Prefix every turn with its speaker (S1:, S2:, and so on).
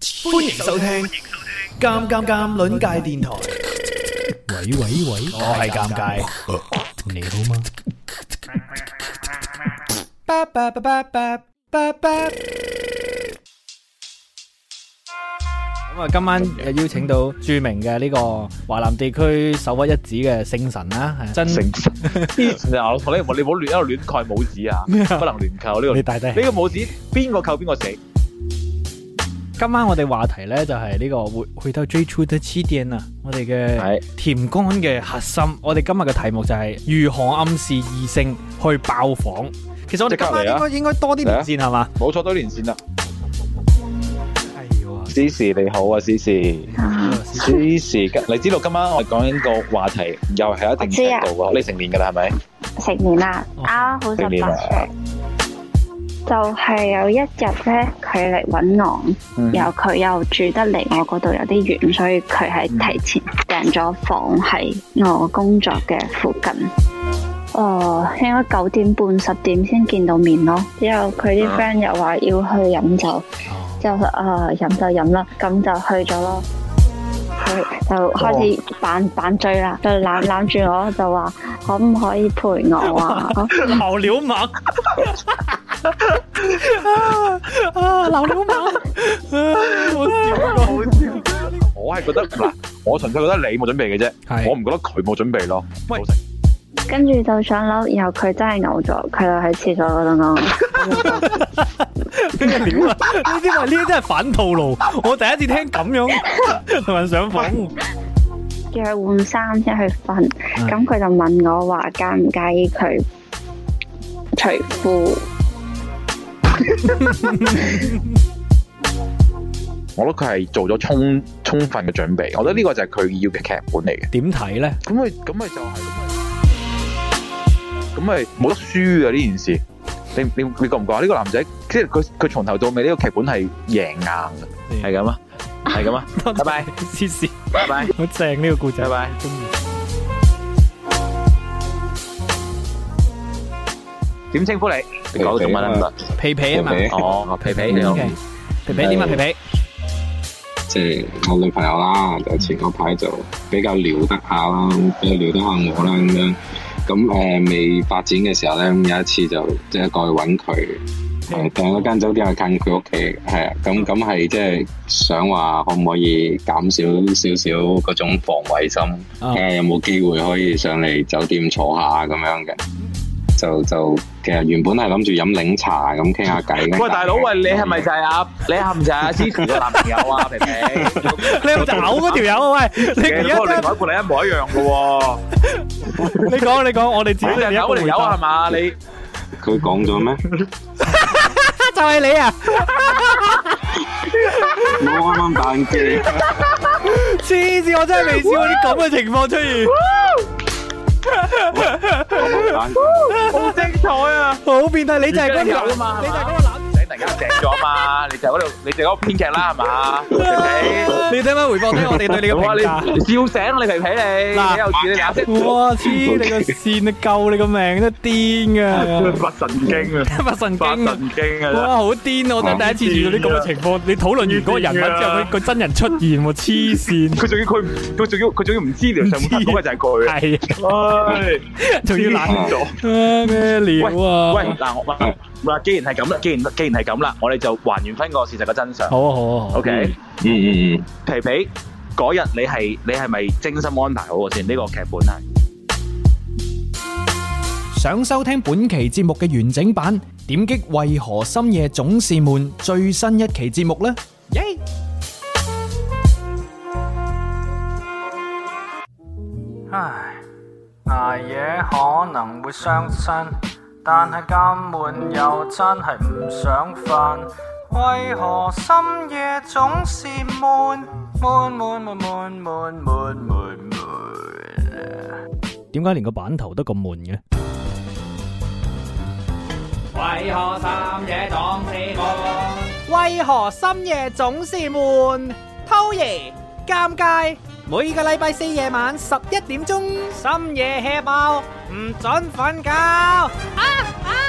S1: 歡迎收聽《尷尷尷》鄰界電台。
S2: 喂喂喂，
S1: 我係尷尬，
S2: 你好嗎？
S1: 巴巴巴巴巴巴巴。咁啊，今晚又邀請到著名嘅呢個華南地區首屈一指嘅聖神啦，係真
S3: 成 嗱，我同你唔好你唔好亂一路亂蓋帽子啊，
S1: 嗯咩啊
S3: 不能亂扣呢個。
S1: 你大帝。
S3: 呢個帽子邊個扣邊個死？
S1: 今晚我哋話題呢，就係呢個回回到最初的起點啊，我哋嘅。
S3: 係
S1: 甜乾嘅核心，我哋今日嘅題目就係如何暗示異性去爆房。其實我哋今晚應
S3: 即刻嚟啊
S1: 該應該多啲連線係嘛？哎
S3: 冇錯，都連線啦。
S1: 係喎，
S3: 思時你好啊，思時，思時，你知道今晚我哋講緊個話題，又係一定
S4: 我知
S3: 要
S4: 啊
S3: 到嘅。你成年㗎啦，係咪？
S4: 食年啦，
S1: 哦
S4: 啱好
S3: 食啊
S4: 十
S3: 年
S4: 八
S3: 啦
S4: 歲，就係有一日咧，佢嚟揾我，
S3: 嗯
S4: 然後佢又住得離我嗰度有啲遠，所以佢係提前訂咗房喺我工作嘅附近。哦，應該九點半十點先見到面咯。之後佢啲
S3: 啊
S4: friend 又話要去飲酒，之後啊飲就飲啦，咁就去咗咯。佢就開始扮扮追啦，就攬攬住我就話可唔可以陪我啊？
S1: 流料猛啊！流料猛，好哎笑
S3: 我係覺得嗱，我純粹覺得你冇準備嘅啫，我
S1: 係
S3: 唔覺得佢冇準備咯。
S1: 喂
S3: 老實
S4: 跟住就上樓，然後佢真係嘔咗，佢就喺廁所嗰度嘔。
S1: 跟住料啊！呢啲咪呢啲真係反套路，我第一次聽咁 樣同人上房。
S4: 叫佢換衫先去瞓。咁佢就問我話介唔介意佢除褲？
S3: 我覺得佢係做咗充充分嘅準備，我覺得呢個就係佢要嘅劇本嚟嘅。
S1: 點睇咧？
S3: 咁咪咁咪就係咁咪冇得輸啊！呢件事，你你你覺唔覺啊？呢個男仔即係佢佢從頭到尾呢個劇本係贏硬嘅，係咁啊，係咁啊，拜拜，
S1: 試試
S3: 拜拜，
S1: 好正呢個故仔
S3: 拜。拜。點稱呼你？你講到中文得唔得？
S1: 皮皮啊嘛，
S5: 皮皮
S3: 哦，皮皮你好
S1: OK，皮皮點啊？皮皮。
S5: 即係我女朋友啦，就前嗰排就比較撩得下啦，比較撩得下我啦咁樣。咁誒、呃未發展嘅時候咧，咁有一次就即係過去揾佢，
S3: 嗯
S5: 誒訂咗間酒店係近佢屋企，係啊，咁咁係即係想話可唔可以減少少少嗰種防衞心，
S1: 啊
S5: 睇下有冇機會可以上嚟酒店坐下咁樣嘅。就就其實原本係諗住飲檸茶咁傾下偈。
S3: 喂，大佬，喂，你係咪就係阿你係咪就係阿思琪個男朋友啊？皮皮，
S1: 你係咪就嘔嗰條友啊？喂，你
S3: 你嗰個
S1: 而
S3: 連
S1: 家
S3: 海褲你一模一樣 嘅喎，
S1: 你講你講，我哋自
S3: 你
S1: 己
S3: 就係
S1: 你一個
S3: 有
S1: 回
S3: 條友係
S1: 答，
S3: 嘛？你
S5: 佢講咗 咩？
S1: 就係你啊！
S5: 我啱啱彈機。
S1: 黐線，我真係未試過啲咁嘅情況出現，
S3: 好精彩啊！
S1: 好變態！你就係嗰條
S3: 而家有㗎嘛
S1: 你就係嗰個
S3: 唔
S1: 男，
S3: 使突然間掟咗嘛，你就嗰度，你就嗰個編劇啦，係嘛？皮皮，
S1: 你睇翻回放睇我哋對你嘅
S3: 哇！
S1: 評
S3: 你
S1: 價。
S3: 笑醒你皮皮你，
S1: 嗱
S3: 你又似你眼色，
S1: 哇！黐你個線啊！救你個命都癲
S3: 發神經啊！
S1: 噶，發神
S3: 發
S1: 經啊！
S3: 神經啊！
S1: 哇！好癲啊！我真係第一次遇到啲咁嘅情況。你討論完嗰個人物之後，佢個真人出現喎，黐線！
S3: 佢仲要佢唔佢仲要佢仲要唔知條上面嗰個就係佢啊！
S1: 係，
S3: 唉，
S1: 仲要懶
S3: 咗。
S1: 啊咩料啊？
S3: 喂，嗱我嗱嗱，既然係咁啦，既然既然係咁啦，我哋就還原翻個事實嘅真相。
S1: 好啊好啊好啊！
S3: OK，
S5: 嗯嗯嗯，
S3: 皮皮嗰日你係你係咪精心安排好嘅先？呢個劇本係。
S2: 想收聽本期節目嘅完整版，點擊為何深夜總是悶最新一期節目呢？
S6: 唉，捱夜可能會傷身，但係咁悶又真係唔想瞓。為何深夜總是悶悶悶悶悶悶悶悶悶？
S1: 點解連個版頭都咁悶嘅？
S7: 為何深夜總是悶？
S8: 為何深夜總是悶？偷爺尷尬，每個禮拜四夜晚十一點鐘，深夜 hea 爆，唔准瞓覺。啊啊